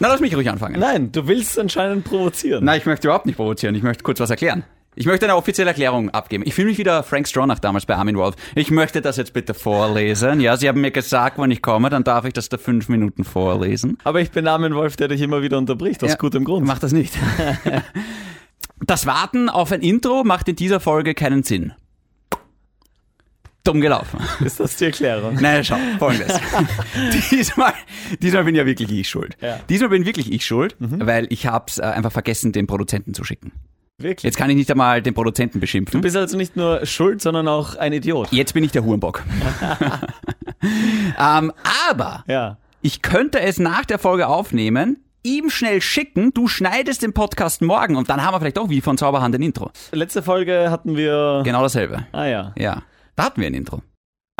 Na, lass mich ruhig anfangen. Nein, du willst anscheinend provozieren. Nein, ich möchte überhaupt nicht provozieren. Ich möchte kurz was erklären. Ich möchte eine offizielle Erklärung abgeben. Ich fühle mich wieder Frank Stronach damals bei Armin Wolf. Ich möchte das jetzt bitte vorlesen. Ja, Sie haben mir gesagt, wenn ich komme, dann darf ich das da fünf Minuten vorlesen. Aber ich bin Armin Wolf, der dich immer wieder unterbricht, aus Ja. gutem Grund. Mach das nicht. das Warten auf ein Intro macht in dieser Folge keinen Sinn. Dumm gelaufen. Ist das die Erklärung? Nein, schau, folgendes. diesmal, diesmal bin ja wirklich ich schuld. Ja. Diesmal bin wirklich ich schuld, weil ich hab's äh, einfach vergessen, den Produzenten zu schicken. Wirklich. Jetzt kann ich nicht einmal den Produzenten beschimpfen. Du bist also nicht nur schuld, sondern auch ein Idiot. Jetzt bin ich der Hurenbock. ähm, aber Ja. ich könnte es nach der Folge aufnehmen, ihm schnell schicken, du schneidest den Podcast morgen und dann haben wir vielleicht auch wie von Zauberhand ein Intro. Letzte Folge hatten wir. Genau dasselbe. Ah ja. Ja. Da hatten wir ein Intro.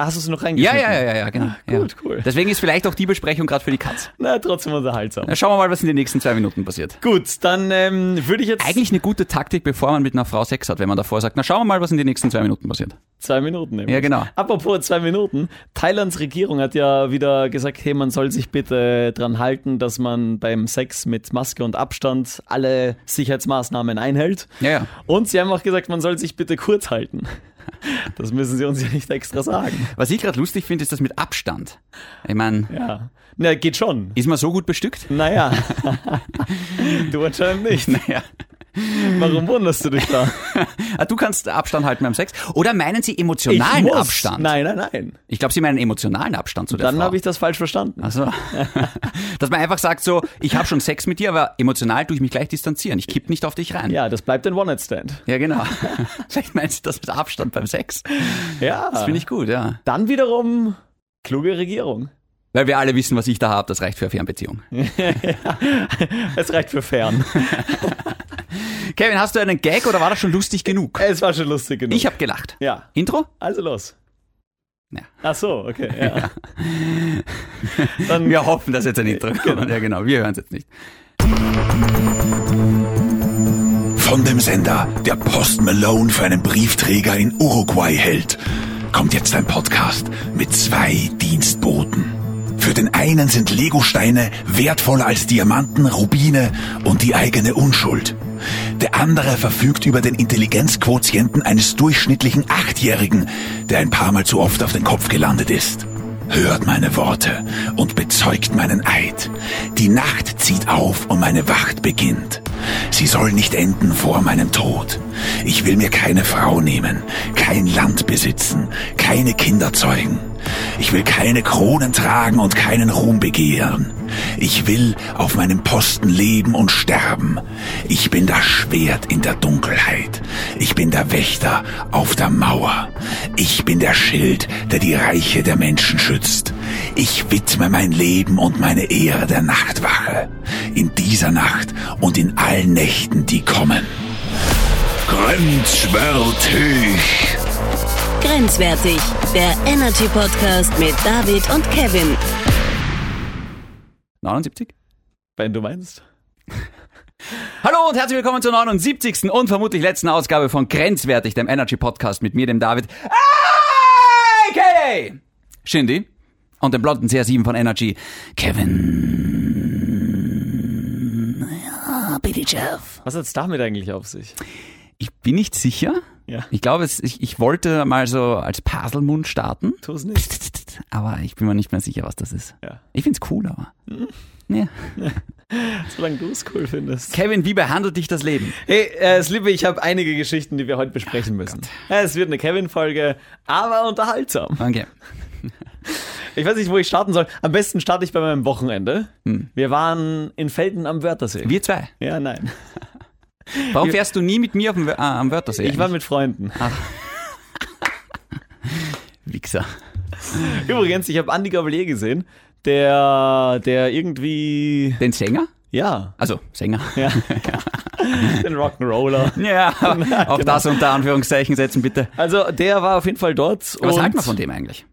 Ah, Hast du es noch Ja, reingeschrieben? ja, ja, ja, ja genau. Ah, Gut, ja. cool. Deswegen ist vielleicht auch die Besprechung gerade für die Katz. Na, trotzdem unterhaltsam. Na, schauen wir mal, was in den nächsten zwei Minuten passiert. Gut, dann ähm, würde ich jetzt. Eigentlich eine gute Taktik, bevor man mit einer Frau Sex hat, wenn man davor sagt, na schauen wir mal, was in den nächsten zwei Minuten passiert. Zwei Minuten nehmen. Ja, genau. Apropos zwei Minuten. Thailands Regierung hat ja wieder gesagt, hey, man soll sich bitte dran halten, dass man beim Sex mit Maske und Abstand alle Sicherheitsmaßnahmen einhält. Ja, ja. Und sie haben auch gesagt, man soll sich bitte kurz halten. Das müssen sie uns ja nicht extra sagen. Was ich gerade lustig finde, ist das mit Abstand. Ich meine, Ja. Na, geht schon. ist man so gut bestückt? Naja. Du anscheinend nicht. Naja. Warum wunderst du dich da? Ah, Du kannst Abstand halten beim Sex. Oder meinen Sie emotionalen muss. Abstand? Nein, nein, nein. Ich glaube, Sie meinen emotionalen Abstand zu der Dann Frau. habe ich das falsch verstanden. also, dass man einfach sagt so, ich habe schon Sex mit dir, aber emotional tue ich mich gleich distanzieren. Ich kipp nicht auf dich rein. Ja, das bleibt ein One-Night-Stand. Ja, genau. Vielleicht meinst du das mit Abstand beim Sex. Ja. Das finde ich gut, ja. Dann wiederum kluge Regierung. Weil wir alle wissen, was ich da habe, das reicht für eine Fernbeziehung. Es reicht für fern. Mhm. Kevin, hast du einen Gag oder war das schon lustig genug? Es war schon lustig genug. Ich habe gelacht. ja, Intro? also los. Ja. Ach so, okay. Ja. Dann Wir hoffen, dass jetzt ein Intro kommt. Ja, genau. Wir hören es jetzt nicht. Von dem Sender, der Post Malone für einen Briefträger in Uruguay hält, kommt jetzt ein Podcast mit zwei Dienstboten. Für den einen sind Legosteine wertvoller als Diamanten, Rubine und die eigene Unschuld. Der andere verfügt über den Intelligenzquotienten eines durchschnittlichen Achtjährigen, der ein paar Mal zu oft auf den Kopf gelandet ist. Hört meine Worte und bezeugt meinen Eid. Die Nacht zieht auf und meine Wacht beginnt. Sie soll nicht enden vor meinem Tod. Ich will mir keine Frau nehmen, kein Land besitzen, keine Kinder zeugen. Ich will keine Kronen tragen und keinen Ruhm begehren. Ich will auf meinem Posten leben und sterben. Ich bin das Schwert in der Dunkelheit. Ich bin der Wächter auf der Mauer. Ich bin der Schild, der die Reiche der Menschen schützt. Ich widme mein Leben und meine Ehre der Nachtwache. In dieser Nacht und in allen Nächten, die kommen. Grenzwertig. Grenzwertig, der Energy Podcast mit David und Kevin. 79? wenn du meinst. Hallo und herzlich willkommen zur 79. und vermutlich letzten Ausgabe von Grenzwertig, dem Energy Podcast mit mir, dem David. AKA Shindy und dem blonden CR7 von Energy, Kevin. Ja, Billy Jeff. Was hat es damit eigentlich auf sich? Ich bin nicht sicher. Ja. Ich glaube, es- ich, ich wollte mal so als Paselmund starten, Tu es nicht. aber ich bin mir nicht mehr sicher, was das ist. Ja. Ich find's cool, aber. Ja. Solange du es cool findest. Kevin, wie behandelt dich das Leben? Hey, äh, es liebe, ich habe einige Geschichten, die wir heute besprechen müssen. Ja, es wird eine Kevin-Folge, aber unterhaltsam. Okay. Ich weiß nicht, wo ich starten soll. Am besten starte ich bei meinem Wochenende. Wir waren in Felden am Wörthersee. Wir zwei. Ja, nein. Warum fährst du nie mit mir auf dem, Wö- äh, am Wörthersee? Ich war mit Freunden. Wichser. Übrigens, ich habe Andy Gabalier gesehen, der, der irgendwie, Den Sänger? ja, Also, Sänger. ja, den Rock'n'Roller. Ja, genau. auch das unter Anführungszeichen setzen, bitte. Also der war auf jeden Fall dort. Was und sagt man von dem eigentlich?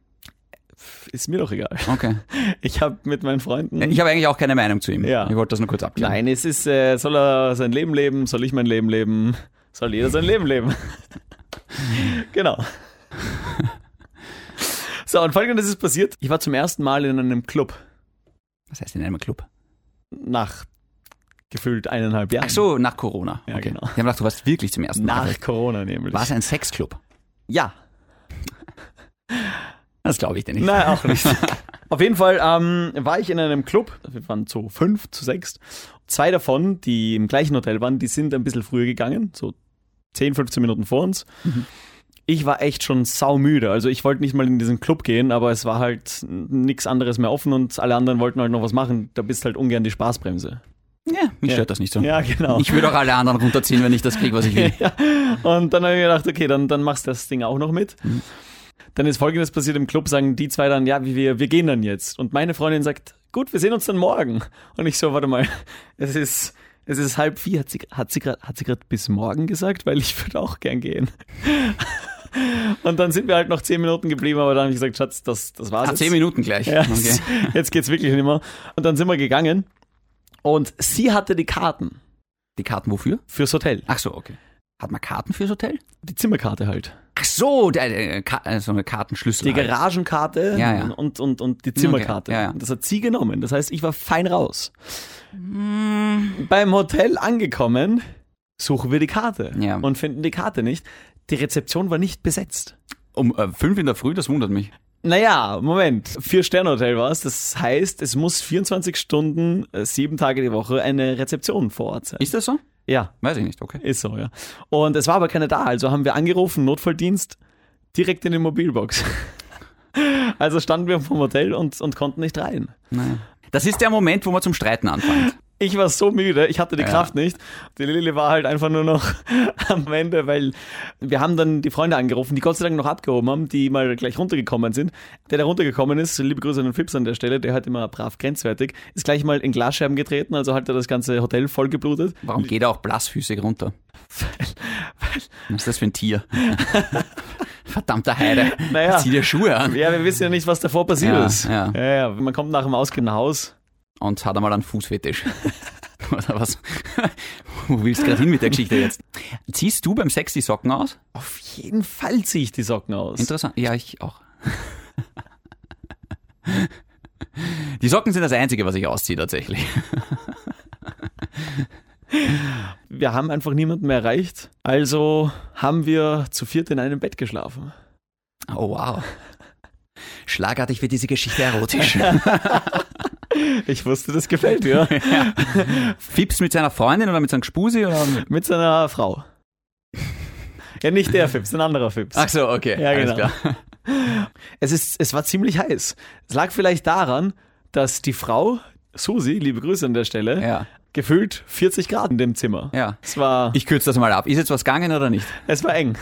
Ist mir doch egal. Okay. Ich habe mit meinen Freunden. Ich habe eigentlich auch keine Meinung zu ihm. Ja. Ich wollte das nur kurz abklären. Nein, es ist, äh, soll er sein Leben leben, soll ich mein Leben leben, soll jeder sein Leben leben. genau. So, und folgendes ist passiert. Ich war zum ersten Mal in einem Club. Was heißt in einem Club? nach gefühlt eineinhalb Jahren. Ach so, nach Corona. Ja, genau. Ich habe gedacht, du warst wirklich zum ersten Mal. Nach Corona nämlich. War es ein Sexclub? Ja. Das glaube ich dir nicht. Nein, auch nicht. Auf jeden Fall ähm, war ich in einem Club, wir waren zu fünf, zu sechs. Zwei davon, die im gleichen Hotel waren, die sind ein bisschen früher gegangen, so 10, 15 Minuten vor uns. Mhm. Ich war echt schon saumüde. Also ich wollte nicht mal in diesen Club gehen, aber es war halt nichts anderes mehr offen und alle anderen wollten halt noch was machen. Da bist halt ungern die Spaßbremse. Ja, mich stört das nicht so. Ja, genau. Ich würde auch alle anderen runterziehen, wenn ich das kriege, was ich will. Und dann habe ich mir gedacht, okay, dann, dann machst du das Ding auch noch mit. Mhm. Dann ist folgendes passiert im Club, sagen die zwei dann, ja, wie wir, wir gehen dann jetzt. Und meine Freundin sagt, gut, wir sehen uns dann morgen. Und ich so, warte mal, es ist, es ist halb vier, hat sie, hat sie gerade hat sie grad bis morgen gesagt, weil ich würde auch gern gehen. Und dann sind wir halt noch zehn Minuten geblieben, aber dann habe ich gesagt, Schatz, das, das war's. Ah, jetzt. zehn Minuten gleich. Ja, Okay. jetzt, jetzt geht's wirklich nicht mehr. Und dann sind wir gegangen und sie hatte die Karten Die Karten wofür? fürs Hotel. Ach so, okay. Hat man Karten fürs Hotel? Die Zimmerkarte halt. Ach so, der, der, Ka- äh, so eine Kartenschlüssel. Die halt. Garagenkarte Ja, ja. Und, und, und die Zimmerkarte. Okay, ja, ja. Das hat sie genommen. Das heißt, ich war fein raus. Beim Hotel angekommen, suchen wir die Karte Ja. und finden die Karte nicht. Die Rezeption war nicht besetzt. Um äh, fünf in der Früh, das wundert mich. Naja, Moment. Vier-Sterne-Hotel war es. Das heißt, es muss 24 Stunden, äh, sieben Tage die Woche eine Rezeption vor Ort sein. Ist das so? ja. Weiß ich nicht, okay. Ist so, ja. Und es war aber keiner da, also haben wir angerufen, Notfalldienst, direkt in die Mobilbox. Also standen wir vom Hotel und, und konnten nicht rein. Das ist der Moment, wo man zum Streiten anfängt. Ich war so müde, ich hatte die Ja. Kraft nicht. Die Lilly war halt einfach nur noch am Ende, weil wir haben dann die Freunde angerufen, die Gott sei Dank noch abgehoben haben, die mal gleich runtergekommen sind. Der, der runtergekommen ist, liebe Grüße an den Fips an der Stelle, der hat immer brav grenzwertig, ist gleich mal in Glasscherben getreten, also hat er das ganze Hotel vollgeblutet. Warum geht er auch blassfüßig runter? Was ist das für ein Tier? Verdammter Heide. Naja. Zieh dir Schuhe an. Ja, wir wissen ja nicht, was davor passiert Ja, ist. ja. ja, ja. Man kommt nach dem Ausgehen nach Haus, Und hat einmal einen Fußfetisch. Oder was? Wo willst du gerade hin mit der Geschichte jetzt? Ziehst du beim Sex die Socken aus? Auf jeden Fall ziehe ich die Socken aus. Interessant. Ja, ich auch. Die Socken sind das Einzige, was ich ausziehe tatsächlich. Wir haben einfach niemanden mehr erreicht. Also haben wir zu viert in einem Bett geschlafen. Oh wow. Schlagartig wird diese Geschichte erotisch. Ich wusste, das gefällt dir. Fips mit seiner Freundin oder mit seinem Gspusi oder mit Mit seiner Frau. Ja, nicht der Fips, ein anderer Fips. Ach so, okay. Ja, alles genau. klar. Es, ist, es war ziemlich heiß. Es lag vielleicht daran, dass die Frau, Susi, liebe Grüße an der Stelle, Ja. gefühlt 40 Grad in dem Zimmer. Ja. Es, war, Ich kürze das mal ab. Ist jetzt was gegangen oder nicht? es war eng.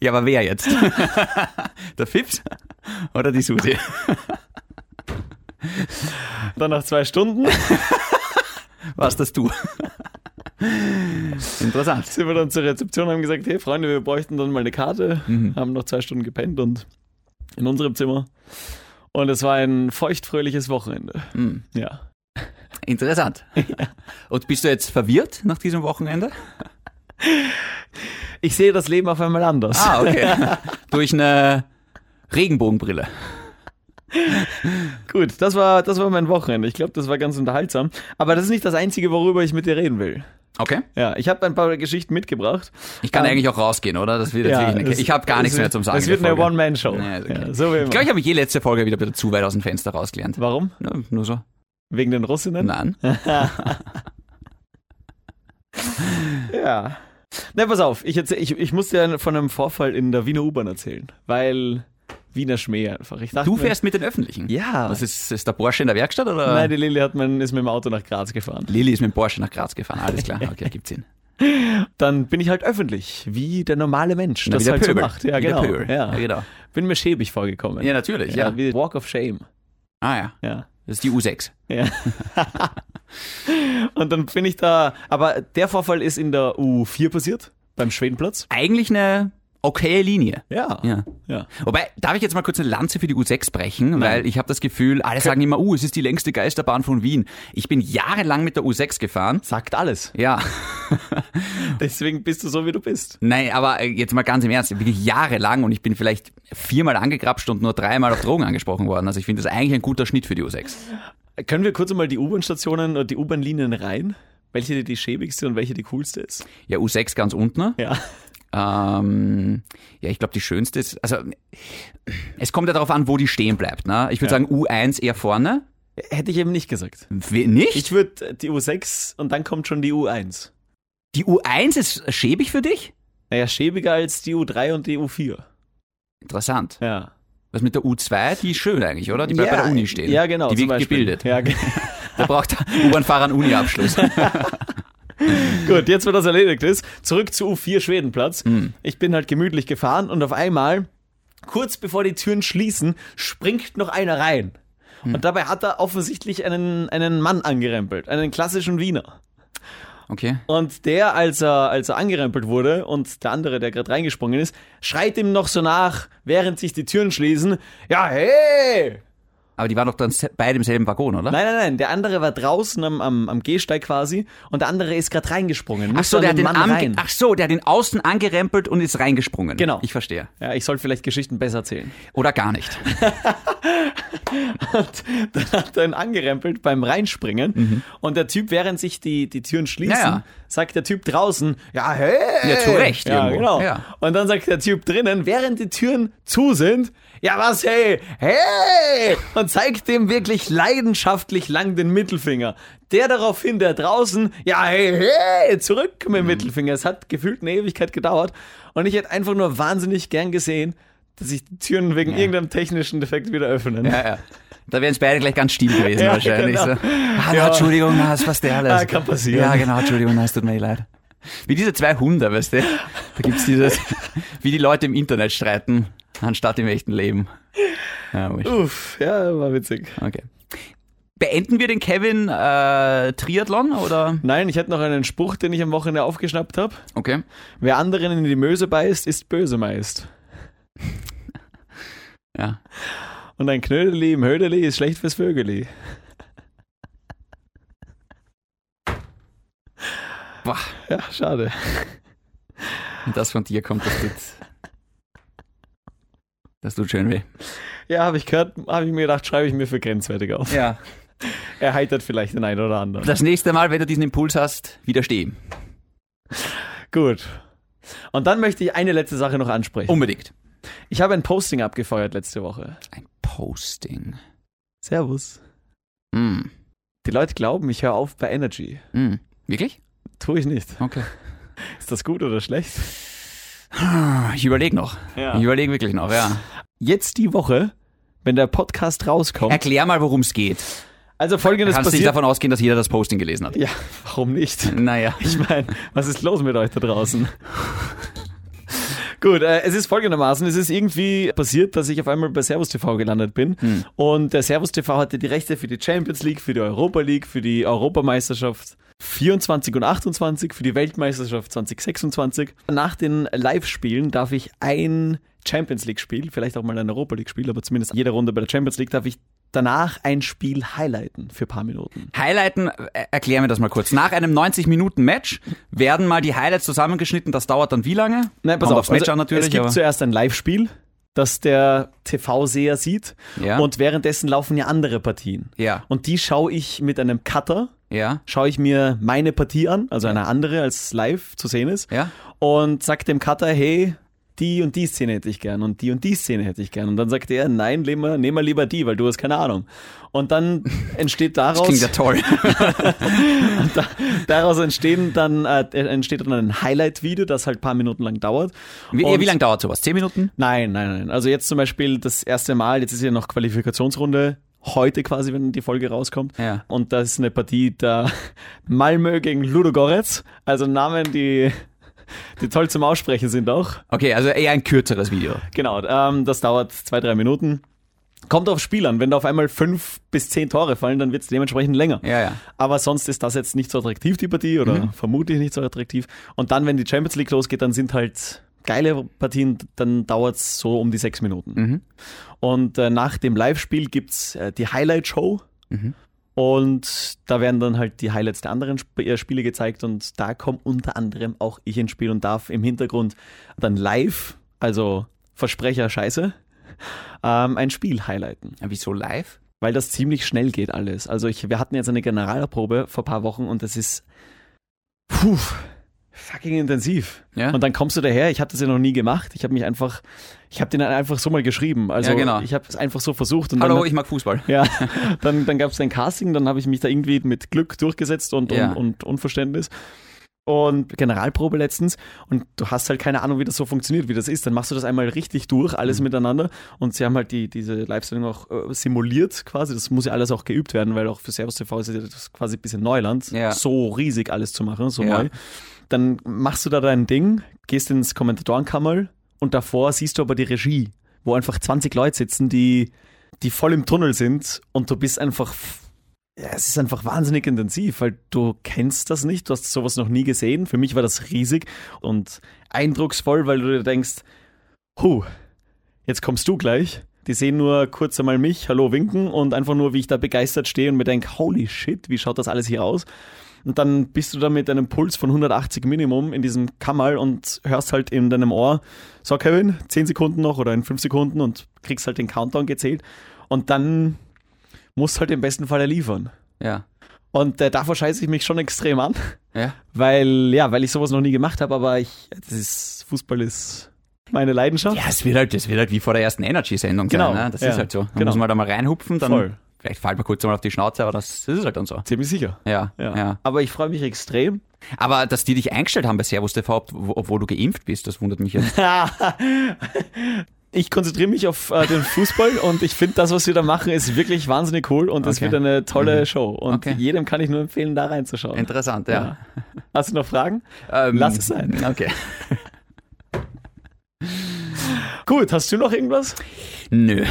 Ja, aber wer jetzt? Der Fips oder die Susi? Dann nach zwei Stunden Was das du? Interessant. sind wir dann zur Rezeption und haben gesagt, hey Freunde, wir bräuchten dann mal eine Karte. Mhm. Haben noch zwei Stunden gepennt und in unserem Zimmer. Und es war ein feuchtfröhliches Wochenende. Mhm. Ja. Interessant. Und bist du jetzt verwirrt nach diesem Wochenende? Ich sehe das Leben auf einmal anders. Ah, okay. Durch eine Regenbogenbrille. Gut, das war, das war mein Wochenende. Ich glaube, das war ganz unterhaltsam. Aber das ist nicht das Einzige, worüber ich mit dir reden will. Okay. Ja, ich habe ein paar Geschichten mitgebracht. Ich kann Ähm, eigentlich auch rausgehen, oder? Das wird jetzt ja, wirklich eine, es- ich habe gar nichts es wird- mehr zum Sagen. es wird in der eine Folge. One-Man-Show. Nee, ist Ja, so wie immer. ich glaube, ich habe je letzte Folge wieder ein bisschen zu weit aus dem Fenster rausgelernt. Warum? Ja, nur so. Wegen den Russinnen? Nein. Ja. Na, pass auf, ich, erzähl, ich, ich muss dir von einem Vorfall in der Wiener U-Bahn erzählen, weil Wiener Schmäh einfach. Ich dachte Du mir- fährst mit den Öffentlichen? Ja. Was ist, ist der Porsche in der Werkstatt oder? Nein, die Lilly hat man, ist mit dem Auto nach Graz gefahren. Lilly ist mit dem Porsche nach Graz gefahren. Alles klar. Okay, gibt's hin. Dann bin ich halt öffentlich, wie der normale Mensch Na, das wie der halt Pöbel. so macht. Ja, Wie der genau. Pöbel. Ja. Ja, genau. Bin mir schäbig vorgekommen. Ja, natürlich. Ja. wie Walk of Shame. Ah ja. Ja. Das ist die U6. Ja. Und dann bin ich da, aber der Vorfall ist in der U4 passiert, beim Schwedenplatz. Eigentlich eine okaye Linie. Ja. Ja. ja. Wobei, darf ich jetzt mal kurz eine Lanze für die U6 brechen? Weil ich habe das Gefühl, alle sagen immer, uh, es ist die längste Geisterbahn von Wien. Ich bin jahrelang mit der U6 gefahren. Sagt alles. Ja, Deswegen bist du so, wie du bist. nein, aber äh, jetzt mal ganz im Ernst, wirklich jahrelang und ich bin vielleicht viermal angegrapscht und nur dreimal auf Drogen angesprochen worden. Also ich finde das eigentlich ein guter Schnitt für die U6. Können wir kurz einmal die U-Bahn-Stationen oder die U-Bahn-Linien rein? Welche die- die schäbigste und welche die coolste ist? Ja, U6 ganz unten. ne? Ja. Ähm, ja, ich glaube, die schönste ist, also es kommt ja darauf an, wo die stehen bleibt. Ne? Ich würde sagen, U1 eher vorne. Hätte ich eben nicht gesagt. We- Nicht? Ich würde die U6 und dann kommt schon die U1. die U1 ist schäbig für dich? Naja, schäbiger als die U3 und die U4. Interessant. Ja. Was mit der U2? Die ist schön eigentlich, oder? Die bleibt bei der Uni stehen. Ja, genau. Die zum wirkt Beispiel. gebildet. Ja, ge- Da braucht der U-Bahn-Fahrer einen Uni-Abschluss. Gut, jetzt, wo das erledigt ist, zurück zu U4 Schwedenplatz. Hm. Ich bin halt gemütlich gefahren und auf einmal, kurz bevor die Türen schließen, springt noch einer rein. Hm. Und dabei hat er offensichtlich einen, einen Mann angerempelt, einen klassischen Wiener. Okay. Und der, als er, als er angerempelt wurde und der andere, der gerade reingesprungen ist, schreit ihm noch so nach, während sich die Türen schließen: Ja, hey! Aber die waren doch dann se- beide im selben Waggon, oder? Nein, nein, nein, der andere war draußen am, am, am Gehsteig quasi und der andere ist gerade reingesprungen. Ach Muss so, an der hat den Mann Arm ge- rein. Ach so, der hat den außen angerempelt und ist reingesprungen. Genau. Ich verstehe. Ja, ich soll vielleicht Geschichten besser erzählen. Oder gar nicht. hat, dann hat er ihn angerempelt beim Reinspringen. Und der Typ, während sich die, die Türen Mhm. schließen, Ja, ja. sagt der Typ draußen, ja, hey! Ja, zu Recht Ja, irgendwo. genau. Ja. Und dann sagt der Typ drinnen, während die Türen zu sind, ja, was, hey, hey! Und zeigt dem wirklich leidenschaftlich lang den Mittelfinger. Der daraufhin, der draußen, ja, hey, hey, zurück Mhm. mit dem Mittelfinger. Es hat gefühlt eine Ewigkeit gedauert. Und ich hätte einfach nur wahnsinnig gern gesehen, dass sich die Türen wegen irgendeinem technischen Defekt wieder öffnen. Ja, ja. Da wären es beide gleich ganz still gewesen Ja, wahrscheinlich. genau. So. Ah, Ja. na, Entschuldigung, na, was der alles? Ah, kann passieren. Ja, genau, Entschuldigung, na, es tut mir leid. Wie diese zwei Hunde, weißt du? Da gibt's dieses, wie die Leute im Internet streiten, anstatt im echten Leben. Ja, wurscht. Uff, ja, war witzig. okay. Beenden wir den Kevin äh, Triathlon oder? Nein, ich hätte noch einen Spruch, den ich am Wochenende aufgeschnappt habe. Okay. Wer anderen in die Möse beißt, ist böse meist. Ja. Und ein Knödeli im Hödeli ist schlecht fürs Vögeli. Boah, Ja, schade. wenn das von dir kommt, das tut, das tut schön weh. Ja, habe ich gehört, habe ich mir gedacht, schreibe ich mir für grenzwertig auf. Ja. Erheitert vielleicht den einen oder anderen. Das nächste Mal, wenn du diesen Impuls hast, widerstehen. Gut. Und dann möchte ich eine letzte Sache noch ansprechen. Unbedingt. Ich habe ein Posting abgefeuert letzte Woche. Ein Posting. Servus. Mm. Die Leute glauben, ich höre auf bei Energy. Mm. Wirklich? Tue ich nicht. Okay. Ist das gut oder schlecht? Ah, Ich überlege noch. Ja. Ich überlege wirklich noch, ja. Jetzt die Woche, wenn der Podcast rauskommt. Erklär mal, worum es geht. Also folgendes Kannst du nicht passiert. davon ausgehen, dass jeder das Posting gelesen hat? Ja, warum nicht? Naja. Ich meine, was ist los mit euch da draußen? Gut, äh, es ist folgendermaßen, es ist irgendwie passiert, dass ich auf einmal bei Servus TV gelandet bin und der Servus TV hatte die Rechte für die Champions League, für die Europa League, für die Europameisterschaft 24 und 28, für die Weltmeisterschaft 2026. Nach den Live-Spielen darf ich ein Champions League-Spiel, vielleicht auch mal ein Europa League-Spiel, aber zumindest jede Runde bei der Champions League darf ich danach ein Spiel highlighten für ein paar Minuten. Highlighten, äh, erklär mir das mal kurz. Nach einem 90-Minuten-Match werden mal die Highlights zusammengeschnitten. Das dauert dann wie lange? Nein, pass Kommt auf. aufs Match also, an natürlich. es gibt aber zuerst ein Live-Spiel, das der TV-Seher sieht. Ja. Und währenddessen laufen ja andere Partien. Ja. Und die schaue ich mit einem Cutter, ja, schaue ich mir meine Partie an, also eine andere als live zu sehen ist. ja. Und sag dem Cutter, hey, die und die Szene hätte ich gern und die und die Szene hätte ich gern. Und dann sagt er, nein, nehmen wir, nehmen wir lieber die, weil du hast keine Ahnung. Und dann entsteht Das klingt ja daraus, toll. daraus entstehen dann, äh, entsteht dann ein Highlight-Video, das halt ein paar Minuten lang dauert. Wie, Und- wie lange dauert sowas? Zehn Minuten? Nein, nein, nein. Also jetzt zum Beispiel das erste Mal, jetzt ist ja noch Qualifikationsrunde. Heute quasi, wenn die Folge rauskommt. Ja. Und das ist eine Partie da Malmö gegen Ludogorets. Also Namen, die, die toll zum Aussprechen sind auch. Okay, also eher ein kürzeres Video. Genau, ähm, das dauert zwei, drei Minuten. Kommt auf Spiel an. Wenn da auf einmal fünf bis zehn Tore fallen, dann wird es dementsprechend länger. Ja, ja. Aber sonst ist das jetzt nicht so attraktiv, die Partie, oder vermutlich nicht so attraktiv. Und dann, wenn die Champions League losgeht, dann sind halt geile Partien, dann dauert es so um die sechs Minuten. Und äh, nach dem Live-Spiel gibt es äh, die Highlight-Show. Und da werden dann halt die Highlights der anderen Sp äh, Spiele gezeigt und da komme unter anderem auch ich ins Spiel und darf im Hintergrund dann live, also Versprecher Scheiße, ähm, ein Spiel highlighten. Ja, Wieso live? weil das ziemlich schnell geht alles. Also ich, wir hatten jetzt eine Generalprobe vor ein paar Wochen und das ist puh, fucking intensiv. Ja. Und dann kommst du daher, ich habe das ja noch nie gemacht, ich habe mich einfach, ich habe den dann einfach so mal geschrieben. Also Ja, genau. ich habe es einfach so versucht. Und Hallo, dann, ich mag Fußball. ja, dann, dann gab es ein Casting, dann habe ich mich da irgendwie mit Glück durchgesetzt und, Ja. und, und Unverständnis. Und Generalprobe letztens. Und du hast halt keine Ahnung, wie das so funktioniert, wie das ist. Dann machst du das einmal richtig durch, alles Mhm. miteinander. Und sie haben halt die, diese Live-Sendung auch äh, simuliert quasi. Das muss ja alles auch geübt werden, weil auch für Servus TV ist ja das quasi ein bisschen Neuland. Ja. So riesig alles zu machen, so Ja. neu. Dann machst du da dein Ding, gehst ins Kommentatorenkammer und davor siehst du aber die Regie, wo einfach 20 Leute sitzen, die die voll im Tunnel sind und du bist einfach. Ja, es ist einfach wahnsinnig intensiv, weil du kennst das nicht, du hast sowas noch nie gesehen. Für mich war das riesig und eindrucksvoll, weil du dir denkst, huh, jetzt kommst du gleich. Die sehen nur kurz einmal mich, hallo winken und einfach nur, wie ich da begeistert stehe und mir denke, holy shit, wie schaut das alles hier aus? Und dann bist du da mit einem Puls von 180 Minimum in diesem Kammerl und hörst halt in deinem Ohr, so Kevin, 10 Sekunden noch oder in 5 Sekunden und kriegst halt den Countdown gezählt. Und dann musst halt im besten Fall liefern. Ja. Und äh, davor scheiße ich mich schon extrem an, Ja. weil, ja, weil ich sowas noch nie gemacht habe, aber ich, das ist, Fußball ist meine Leidenschaft. Ja, es wird halt, es wird halt wie vor der ersten Energy-Sendung Genau, sein. Ne? Das ja, ist halt so. Dann genau. muss man da mal reinhupfen, dann Voll. vielleicht fällt man kurz mal auf die Schnauze, aber das, das ist halt dann so. Ziemlich sicher. Ja, ja, Ja. Aber ich freue mich extrem. Aber dass die dich eingestellt haben bei Servus TV, ob- obwohl du geimpft bist, das wundert mich jetzt. ich konzentriere mich auf äh, den Fußball und ich finde das, was wir da machen, ist wirklich wahnsinnig cool und es Okay. wird eine tolle Show. Und Okay. jedem kann ich nur empfehlen, da reinzuschauen. Interessant, ja. Hast du noch Fragen? Ähm, Lass es sein. Okay. Gut, hast du noch irgendwas? Nö.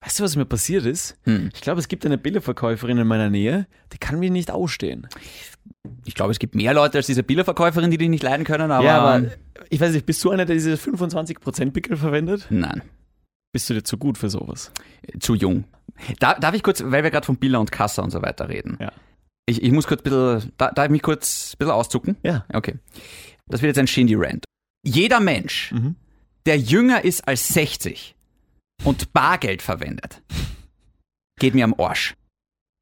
Weißt du, was mir passiert ist? Hm. Ich glaube, es gibt eine Billeverkäuferin in meiner Nähe, die kann mir nicht ausstehen. Ich glaube, es gibt mehr Leute als diese Bierverkäuferin, die dich nicht leiden können, aber. ja, aber ähm, ich weiß nicht, bist du einer, der diese 25%-Pickel verwendet? Nein, Bist du dir zu gut für sowas? zu jung. Da, darf ich kurz, weil wir gerade von Billa und Kassa und so weiter reden. Ja. Ich, ich muss kurz ein bisschen, da- darf ich mich kurz ein bisschen auszucken? Ja. Okay. Das wird jetzt ein Shindy-Rant. Jeder Mensch, der jünger ist als 60 und Bargeld verwendet, geht mir am Arsch.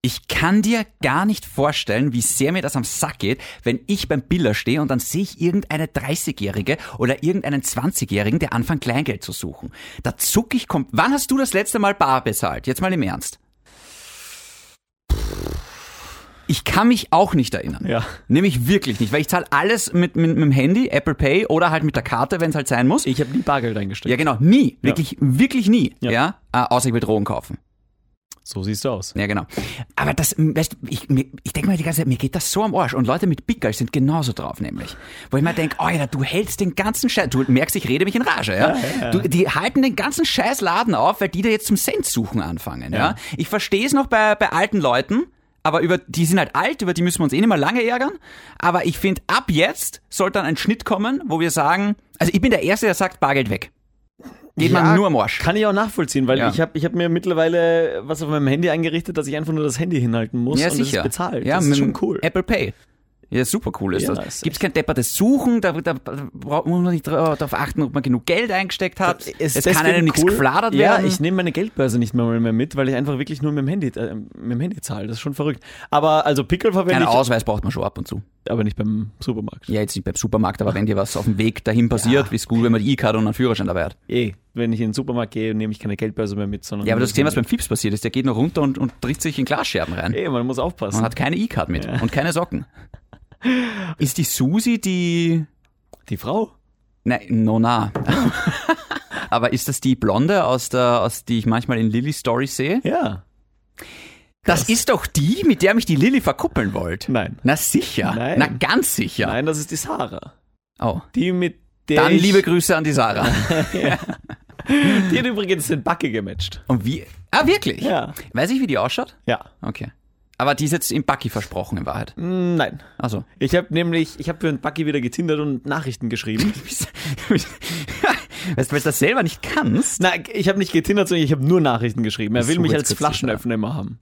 Ich kann dir gar nicht vorstellen, wie sehr mir das am Sack geht, wenn ich beim Biller stehe und dann sehe ich irgendeine 30-Jährige oder irgendeinen 20-Jährigen, der anfängt, Kleingeld zu suchen. Da zuck ich kommt. Wann hast du das letzte Mal bar bezahlt? Jetzt mal im Ernst. Ich kann mich auch nicht erinnern. Ja. Nämlich wirklich nicht, weil ich zahle alles mit, mit, mit dem Handy, Apple Pay oder halt mit der Karte, wenn es halt sein muss. Ich habe nie Bargeld eingesteckt. ja, genau, nie, wirklich, wirklich nie. Ja, Ja. Äh, außer ich will Drogen kaufen. So siehst du aus. Ja, genau. Aber das, weißt du, ich, mir- ich denke mir die ganze Zeit, mir geht das so am Arsch. Und Leute mit Pickel sind genauso drauf, nämlich. Wo ich mir denke, oh ja, du hältst den ganzen Scheiß, du merkst, ich rede mich in Rage, ja. Du, die halten den ganzen Scheißladen auf, weil die da jetzt zum Cent suchen anfangen, ja. Ich verstehe es noch bei, bei alten Leuten. Aber über, die sind halt alt, über die müssen wir uns eh nicht mehr lange ärgern. Aber ich finde, ab jetzt sollte dann ein Schnitt kommen, wo wir sagen, also ich bin der Erste, der sagt, Bargeld weg. Geht man nur am Arsch. Kann ich auch nachvollziehen, weil Ja. ich habe ich hab mir mittlerweile was auf meinem Handy eingerichtet, dass ich einfach nur das Handy hinhalten muss Ja, und es sicher. ist bezahlt. Ja, das ist mit schon dem cool. Apple Pay. Ja, super cool ist Ja, das. ist Gibt es kein deppertes Suchen, da, da braucht man nicht dra- äh, darauf achten, ob man genug Geld eingesteckt hat. Es, kann deswegen einem nichts gefladert ja, werden. ich nehme meine Geldbörse nicht mehr, mehr mit, weil ich einfach wirklich nur mit dem Handy, äh, mit dem Handy zahle. Das ist schon verrückt. Aber also Pickel verwende Keinen ich, Ausweis braucht man schon ab und zu. aber nicht beim Supermarkt. Ja, jetzt nicht beim Supermarkt, aber wenn dir was auf dem Weg dahin passiert, ist gut, wenn man die E-Card und einen Führerschein dabei hat. Eh, wenn ich in den Supermarkt gehe, nehme ich keine Geldbörse mehr mit, sondern Ja, aber du nur hast gesehen, was das Handy. beim Fips passiert ist. Der geht noch runter und, und tritt sich in Glasscherben rein. Eh, man muss aufpassen. Und hat keine E-Card mit und keine Socken. Ist die Susi die... die Frau? Nein, Nona. Aber ist das die Blonde, aus der, aus die ich manchmal in Lillys Stories sehe? Ja. Das ist doch die, mit der mich die Lilly verkuppeln wollt. Nein. Na sicher. Nein. Na ganz sicher. Nein, das ist die Sarah. Oh. Die mit der Dann ich, liebe Grüße an die Sarah. Die hat übrigens den Backe gematcht. Und wie? Ah, wirklich? Ja. Weiß ich, wie die ausschaut? Ja. Okay. Aber die ist jetzt im Bucky versprochen, in Wahrheit. Mm, Nein. Also. Ich habe nämlich, ich habe für den Bucky wieder getindert und Nachrichten geschrieben. weißt du, weil du das selber nicht kannst? Na, ich habe nicht getindert, sondern ich habe nur Nachrichten geschrieben. Er Ach will so, mich jetzt als kurz Flaschenöffner immer haben.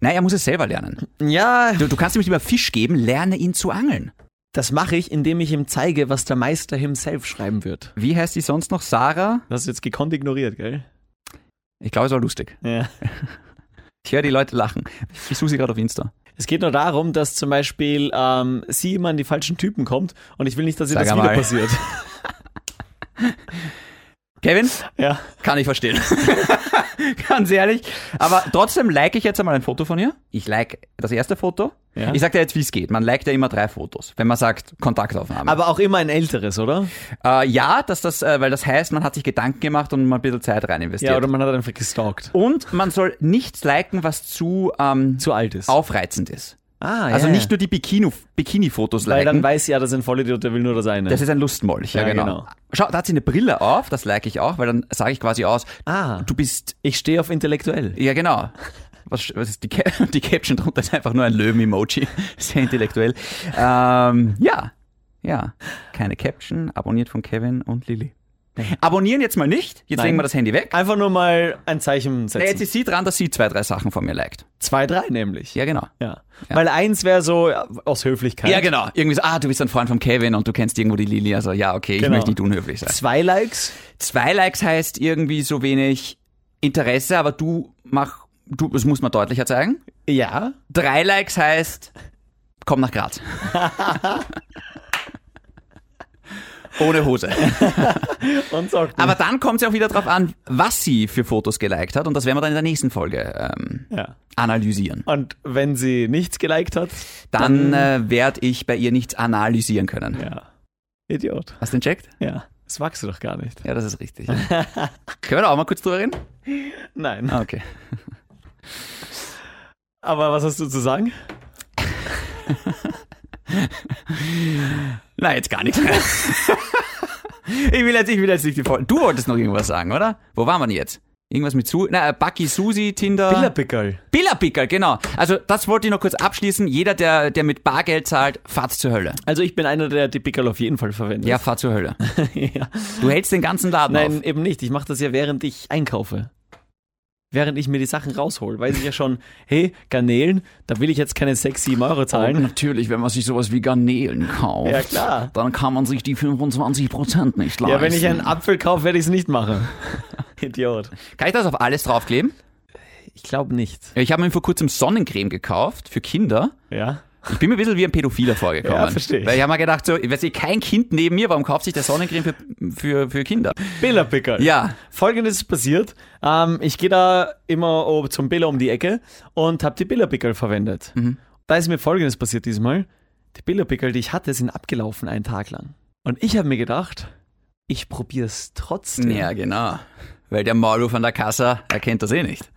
Nein, er muss es selber lernen. Ja, Du, du kannst ihm nicht über Fisch geben, lerne ihn zu angeln. das mache ich, indem ich ihm zeige, was der Meister himself schreiben wird. Wie heißt die sonst noch? Sarah? Das ist jetzt gekonnt ignoriert, gell? Ich glaube, es war lustig. Ja. Ich höre die Leute lachen. Ich suche sie gerade auf Insta. Es geht nur darum, dass zum Beispiel ähm, sie immer an die falschen Typen kommt und ich will nicht, dass ihr Sag das wieder einmal. passiert. Kevin, Ja. kann ich verstehen. Ganz ehrlich. Aber trotzdem like ich jetzt einmal ein Foto von ihr. Ich like das erste Foto. Ja. Ich sag dir jetzt, wie es geht. Man liked ja immer drei Fotos, wenn man sagt Kontaktaufnahme. Aber auch immer ein älteres, oder? äh, ja, dass das, äh, weil das heißt, man hat sich Gedanken gemacht und mal ein bisschen Zeit rein investiert. Ja, oder man hat einfach gestalkt. und man soll nichts liken, was zu, ähm, Zu alt ist. aufreizend ist. Ah, Also ja, nicht ja. nur die Bikini- Bikini-Fotos Weil liken. dann weiß ja, das ist ein Vollidiot, der will nur das eine. Das ist ein Lustmolch, ja, Ja, genau. genau. Schau, da hat sie eine Brille auf, das like ich auch, weil dann sage ich quasi aus, ah, du bist, ich stehe auf intellektuell. ja genau. Was, was ist die, Ca- die Caption drunter? Ist einfach nur ein Löwen-Emoji. Sehr intellektuell. Ähm, ja, ja. Keine Caption, abonniert von Kevin und Lilly. Abonnieren jetzt mal nicht, jetzt Nein. legen wir das Handy weg. Einfach nur mal ein Zeichen Na, Ah, jetzt setzen. ist sie dran, dass sie zwei, drei Sachen von mir liked. Zwei, drei nämlich. Ja, genau. Ja. Weil eins wäre so ja, aus Höflichkeit. Ja, genau. Irgendwie so, ah, du bist ein Freund von Kevin und du kennst irgendwo die Lilly. Also ja, okay, ich Genau. möchte nicht unhöflich sein. Zwei Likes. zwei Likes heißt irgendwie so wenig Interesse, aber du mach, du, das muss man deutlicher zeigen. Ja. Drei Likes heißt, komm nach Graz. Ohne Hose. Und Socken. Aber dann kommt es ja auch wieder drauf an, was sie für Fotos geliked hat und das werden wir dann in der nächsten Folge ähm, ja. analysieren. Und wenn sie nichts geliked hat, Dann äh, werde ich bei ihr nichts analysieren können. ja. Idiot. Hast du den checkt? Ja. Das magst du doch gar nicht. Ja, das ist richtig. Können wir da auch mal kurz drüber reden? Nein. Ah, Okay. Aber was hast du zu sagen? Na, jetzt gar nichts mehr. ich, will jetzt, ich will jetzt nicht die Folge. Du wolltest noch irgendwas sagen, oder? Wo waren wir denn jetzt? Irgendwas mit Su Na, äh, Bucky, Susi, Ah. Tinder. Pickerl. Billapickel, genau. Also, das wollte ich noch kurz abschließen. Jeder, der, der mit Bargeld zahlt, fahrt zur Hölle. Also ich bin einer, der die Pickerl auf jeden Fall verwendet. Ja, fahr zur Hölle. ja. Du hältst den ganzen Laden Nein, auf. eben nicht. Ich mache das ja, während ich einkaufe. Während ich mir die Sachen raushol, weiß ich ja schon, hey, Garnelen, da will ich jetzt keine sechs, sieben Euro zahlen. natürlich, wenn man sich sowas wie Garnelen kauft, Ja, klar. dann kann man sich die 25% nicht leisten. ja, wenn ich einen Apfel kaufe, werde ich es nicht machen. Idiot. kann ich das auf alles draufkleben? Ich glaube nicht. Ich habe mir vor kurzem Sonnencreme gekauft für Kinder. Ja? Ich bin mir ein bisschen wie ein Pädophiler vorgekommen. Ja, verstehe ich. Weil ich habe mir gedacht, so, ich weiß nicht, kein Kind neben mir, warum kauft sich der Sonnencreme für, für, für Kinder? Billerpickerl. Ja. Folgendes ist passiert. Ähm, ich gehe da immer o- zum Billa um die Ecke und habe die Billerpickerl verwendet. Da ist mir Folgendes passiert diesmal. Die Billerpickerl, die ich hatte, sind abgelaufen einen Tag lang. Und ich habe mir gedacht, ich probiere es trotzdem. Ja, genau. Weil der Maulwurf an der Kasse erkennt das eh nicht.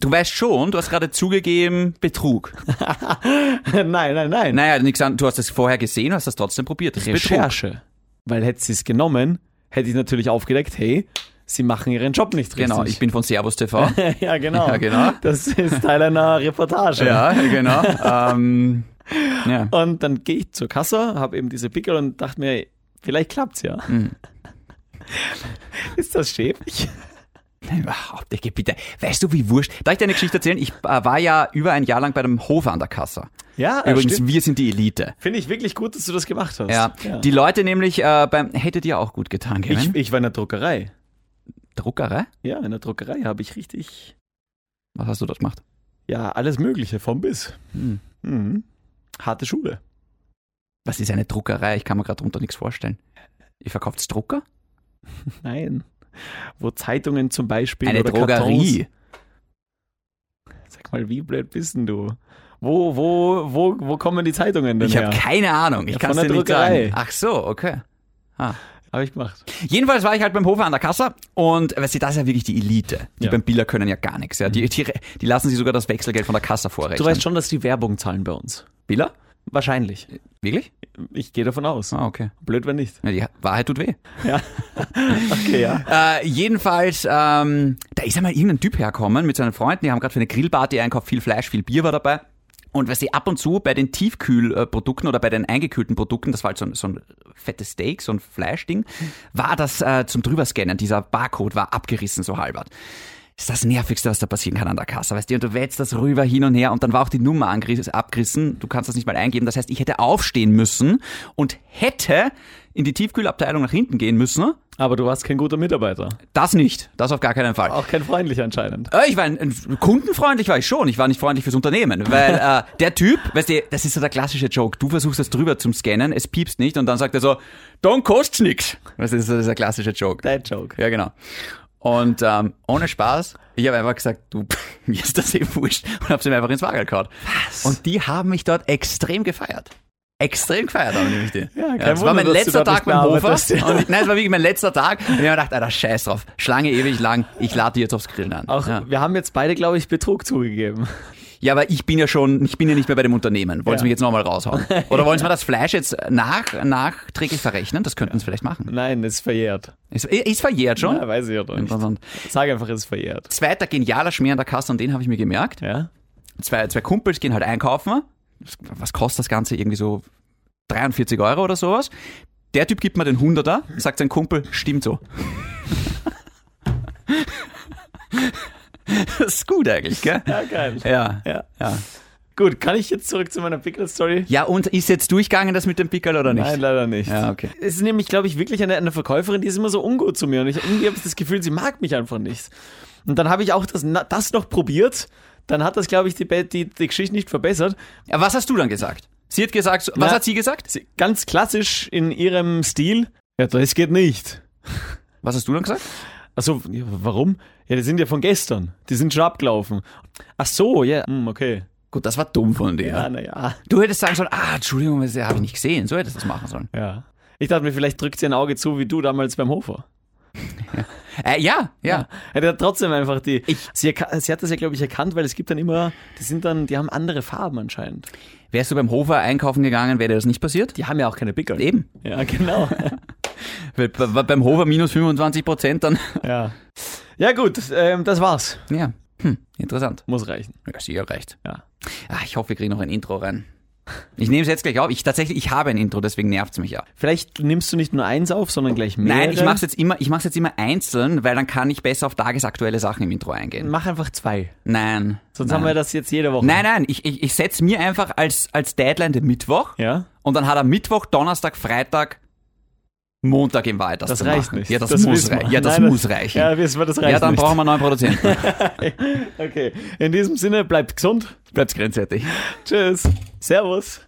Du weißt schon, du hast gerade zugegeben, Betrug. nein, nein, nein. Naja, nix an, du hast das vorher gesehen, hast das trotzdem probiert. Das ist Betrug. Recherche. Weil hätte sie es genommen, hätte ich natürlich aufgedeckt, hey, sie machen ihren Job nicht richtig. Genau, ich bin von Servus TV. ja, genau. Ja, genau. Das ist Teil einer Reportage. ja, genau. ähm, ja. Und dann gehe ich zur Kasse, habe eben diese Pickel und dachte mir, vielleicht klappt's ja. Mhm. Ist das schäbig? Überhaupt nicht, bitte. Weißt du, wie wurscht? Darf ich dir eine Geschichte erzählen? Ich äh, war ja über ein Jahr lang bei dem Hof an der Kasse. Ah, Ja, Übrigens, wir sind die Elite. Finde ich wirklich gut, dass du das gemacht hast. Ja. Die Leute nämlich äh, beim hättet ihr auch gut getan, Kevin. ich, ich war in der Druckerei. Druckerei? Ja, in der Druckerei habe ich richtig, Was hast du dort gemacht? ja, alles Mögliche vom Biss. Hm. Mhm. Harte Schule. Was ist eine Druckerei? Ich kann mir gerade darunter nichts vorstellen. Ihr verkauft Drucker? Nein. Wo Zeitungen zum Beispiel. Eine oder Drogerie. Kartons, sag mal, wie blöd bist denn du? Wo, wo, wo, wo kommen die Zeitungen denn Ich her? habe keine Ahnung. Ich Ja, kann es von dir der nicht Druckerei. sagen. Ach so, okay. Habe ich gemacht. Jedenfalls war ich halt beim Hofer an der Kasse und äh, weißt du, das ist ja wirklich die Elite. Die Ja. Mhm. beim Biller können ja gar nichts. Ja. Die, die, die lassen sich sogar das Wechselgeld von der Kasse vorrechnen. Du weißt schon, dass die Werbung zahlen bei uns. Biller? Wahrscheinlich. Wirklich? Ich gehe davon aus. Ah, okay. Blöd, wenn nicht. Ja, die Wahrheit tut weh. Okay, ja. Äh, jedenfalls, ähm, da ist einmal irgendein Typ hergekommen mit seinen Freunden, die haben gerade für eine Grillparty einkauft, viel Fleisch, viel Bier war dabei. Und weißt du, ab und zu bei den Tiefkühlprodukten oder bei den eingekühlten Produkten, das war halt so ein, so ein fettes Steak, so ein Fleischding, war das äh, zum Drüberscannen, dieser Barcode war abgerissen, so halbert. ist das Nervigste, was da passieren kann an der Kasse, weißt du? Und du wälzt das rüber hin und her und dann war auch die Nummer angeriss- abgerissen. Du kannst das nicht mal eingeben. Das heißt, ich hätte aufstehen müssen und hätte in die Tiefkühlabteilung nach hinten gehen müssen. Aber du warst kein guter Mitarbeiter. Das nicht. Das auf gar keinen Fall. Auch kein freundlicher anscheinend. Äh, Ich war ein, ein, kundenfreundlich war ich schon, ich war nicht freundlich fürs Unternehmen, weil äh, der Typ, weißt du, das ist so der klassische Joke, du versuchst das drüber zum Scannen, es piepst nicht und dann sagt er so, dann kostet's nix. Weißt du, das ist so dieser klassische Joke. Dein Joke. Ja, genau. Und ähm, ohne Spaß, ich habe einfach gesagt, du, mir ist das eh wurscht und habe sie mir einfach ins Wagen gehauen. Was? Und die haben mich dort extrem gefeiert. Extrem gefeiert haben nämlich die. Ja, kein das war Wunder, mein dass du letzter dort Tag nicht beim mehr Hofer. Und arbeitest. ich, nein, es war wirklich mein letzter Tag. Und ich habe mir gedacht, Alter, scheiß drauf. Schlange ewig lang. Ich lade die jetzt aufs Grillen an. Auch, ja. Wir haben jetzt beide, glaube ich, Betrug zugegeben. ja, aber ich bin ja schon, ich bin ja nicht mehr bei dem Unternehmen. Wollen Ja. Sie mich jetzt nochmal raushauen? Oder wollen Sie mir das Fleisch jetzt nach, nachträglich verrechnen? Das könnten Sie vielleicht machen. Nein, es ist verjährt. Ist, ist verjährt schon. Ja, weiß ich oder nicht. Interessant. Sag einfach, es ist verjährt. Zweiter genialer Schmier an der Kasse, und den habe ich mir gemerkt. Ja? zwei, zwei Kumpels gehen halt einkaufen. Was kostet das Ganze? Irgendwie so 43 Euro oder sowas. Der Typ gibt mir den 100er, sagt sein Kumpel, stimmt so. das ist gut eigentlich, gell? Ja, geil. Ja. Ja. Ja. Gut, kann ich jetzt zurück zu meiner Pickle-Story? Ja, und ist jetzt durchgegangen das mit dem Pickerl oder nicht? Nein, leider nicht. Ja, okay. Es ist nämlich, glaube ich, wirklich eine, eine Verkäuferin, die ist immer so ungut zu mir. Und ich irgendwie habe ich das Gefühl, sie mag mich einfach nicht. Und dann habe ich auch das, na- das noch probiert. Dann hat das, glaube ich, die, Be- die, die Geschichte nicht verbessert. Ja, was hast du dann gesagt? Sie hat gesagt, so- was Na, hat sie gesagt? Sie, ganz klassisch in ihrem Stil. Ja, das geht nicht. Was hast du dann gesagt? Also, ja, warum? Ja, die sind ja von gestern. Die sind schon abgelaufen. Ach so, ja, hm, okay. Ah, Gut, das war dumm von dir. Ja, naja. Du hättest sagen sollen, ah, Entschuldigung, das habe ich nicht gesehen. So hättest du das machen sollen. Ja. Ich dachte mir, vielleicht drückt sie ein Auge zu, wie du damals beim Hofer. Äh, ja, ja. Er hat trotzdem einfach die. Ich- sie, erka- sie hat das ja, glaube ich, erkannt, weil es gibt dann immer, die sind dann, die haben andere Farben anscheinend. Wärst du beim Hofer einkaufen gegangen, wäre dir das nicht passiert? Die haben ja auch keine Pickel. Eben. Ja, genau. Weil bei- bei- beim Hover minus 25 Prozent, dann. ja. ja, gut, ähm, das war's. Ja. Hm, interessant. Muss reichen. Ja, sie hat recht. Ja. Ah, ich hoffe, wir kriegen noch ein Intro rein. Ich nehme es jetzt gleich auf. Ich tatsächlich, ich habe ein Intro, deswegen nervt's mich ja. Vielleicht nimmst du nicht nur eins auf, sondern gleich mehrere. Nein, ich mache es jetzt immer, ich mache jetzt immer einzeln, weil dann kann ich besser auf tagesaktuelle Sachen im Intro eingehen. Mach einfach zwei. Nein. Sonst nein. haben wir das jetzt jede Woche. Nein, nein, ich, ich, ich setze mir einfach als, als Deadline den Mittwoch Ja? und dann hat er Mittwoch, Donnerstag, Freitag, Montag im Wahl. Das zu reicht machen. nicht. Ja, das, muss wissen wir. reichen. Ja, das Nein, muss reichen. Ja, wissen wir, das reicht ja dann nicht. brauchen wir einen neuen Produzenten. wir. Okay. In diesem Sinne, bleibt gesund. Bleibt's grenzwertig. Tschüss. Servus.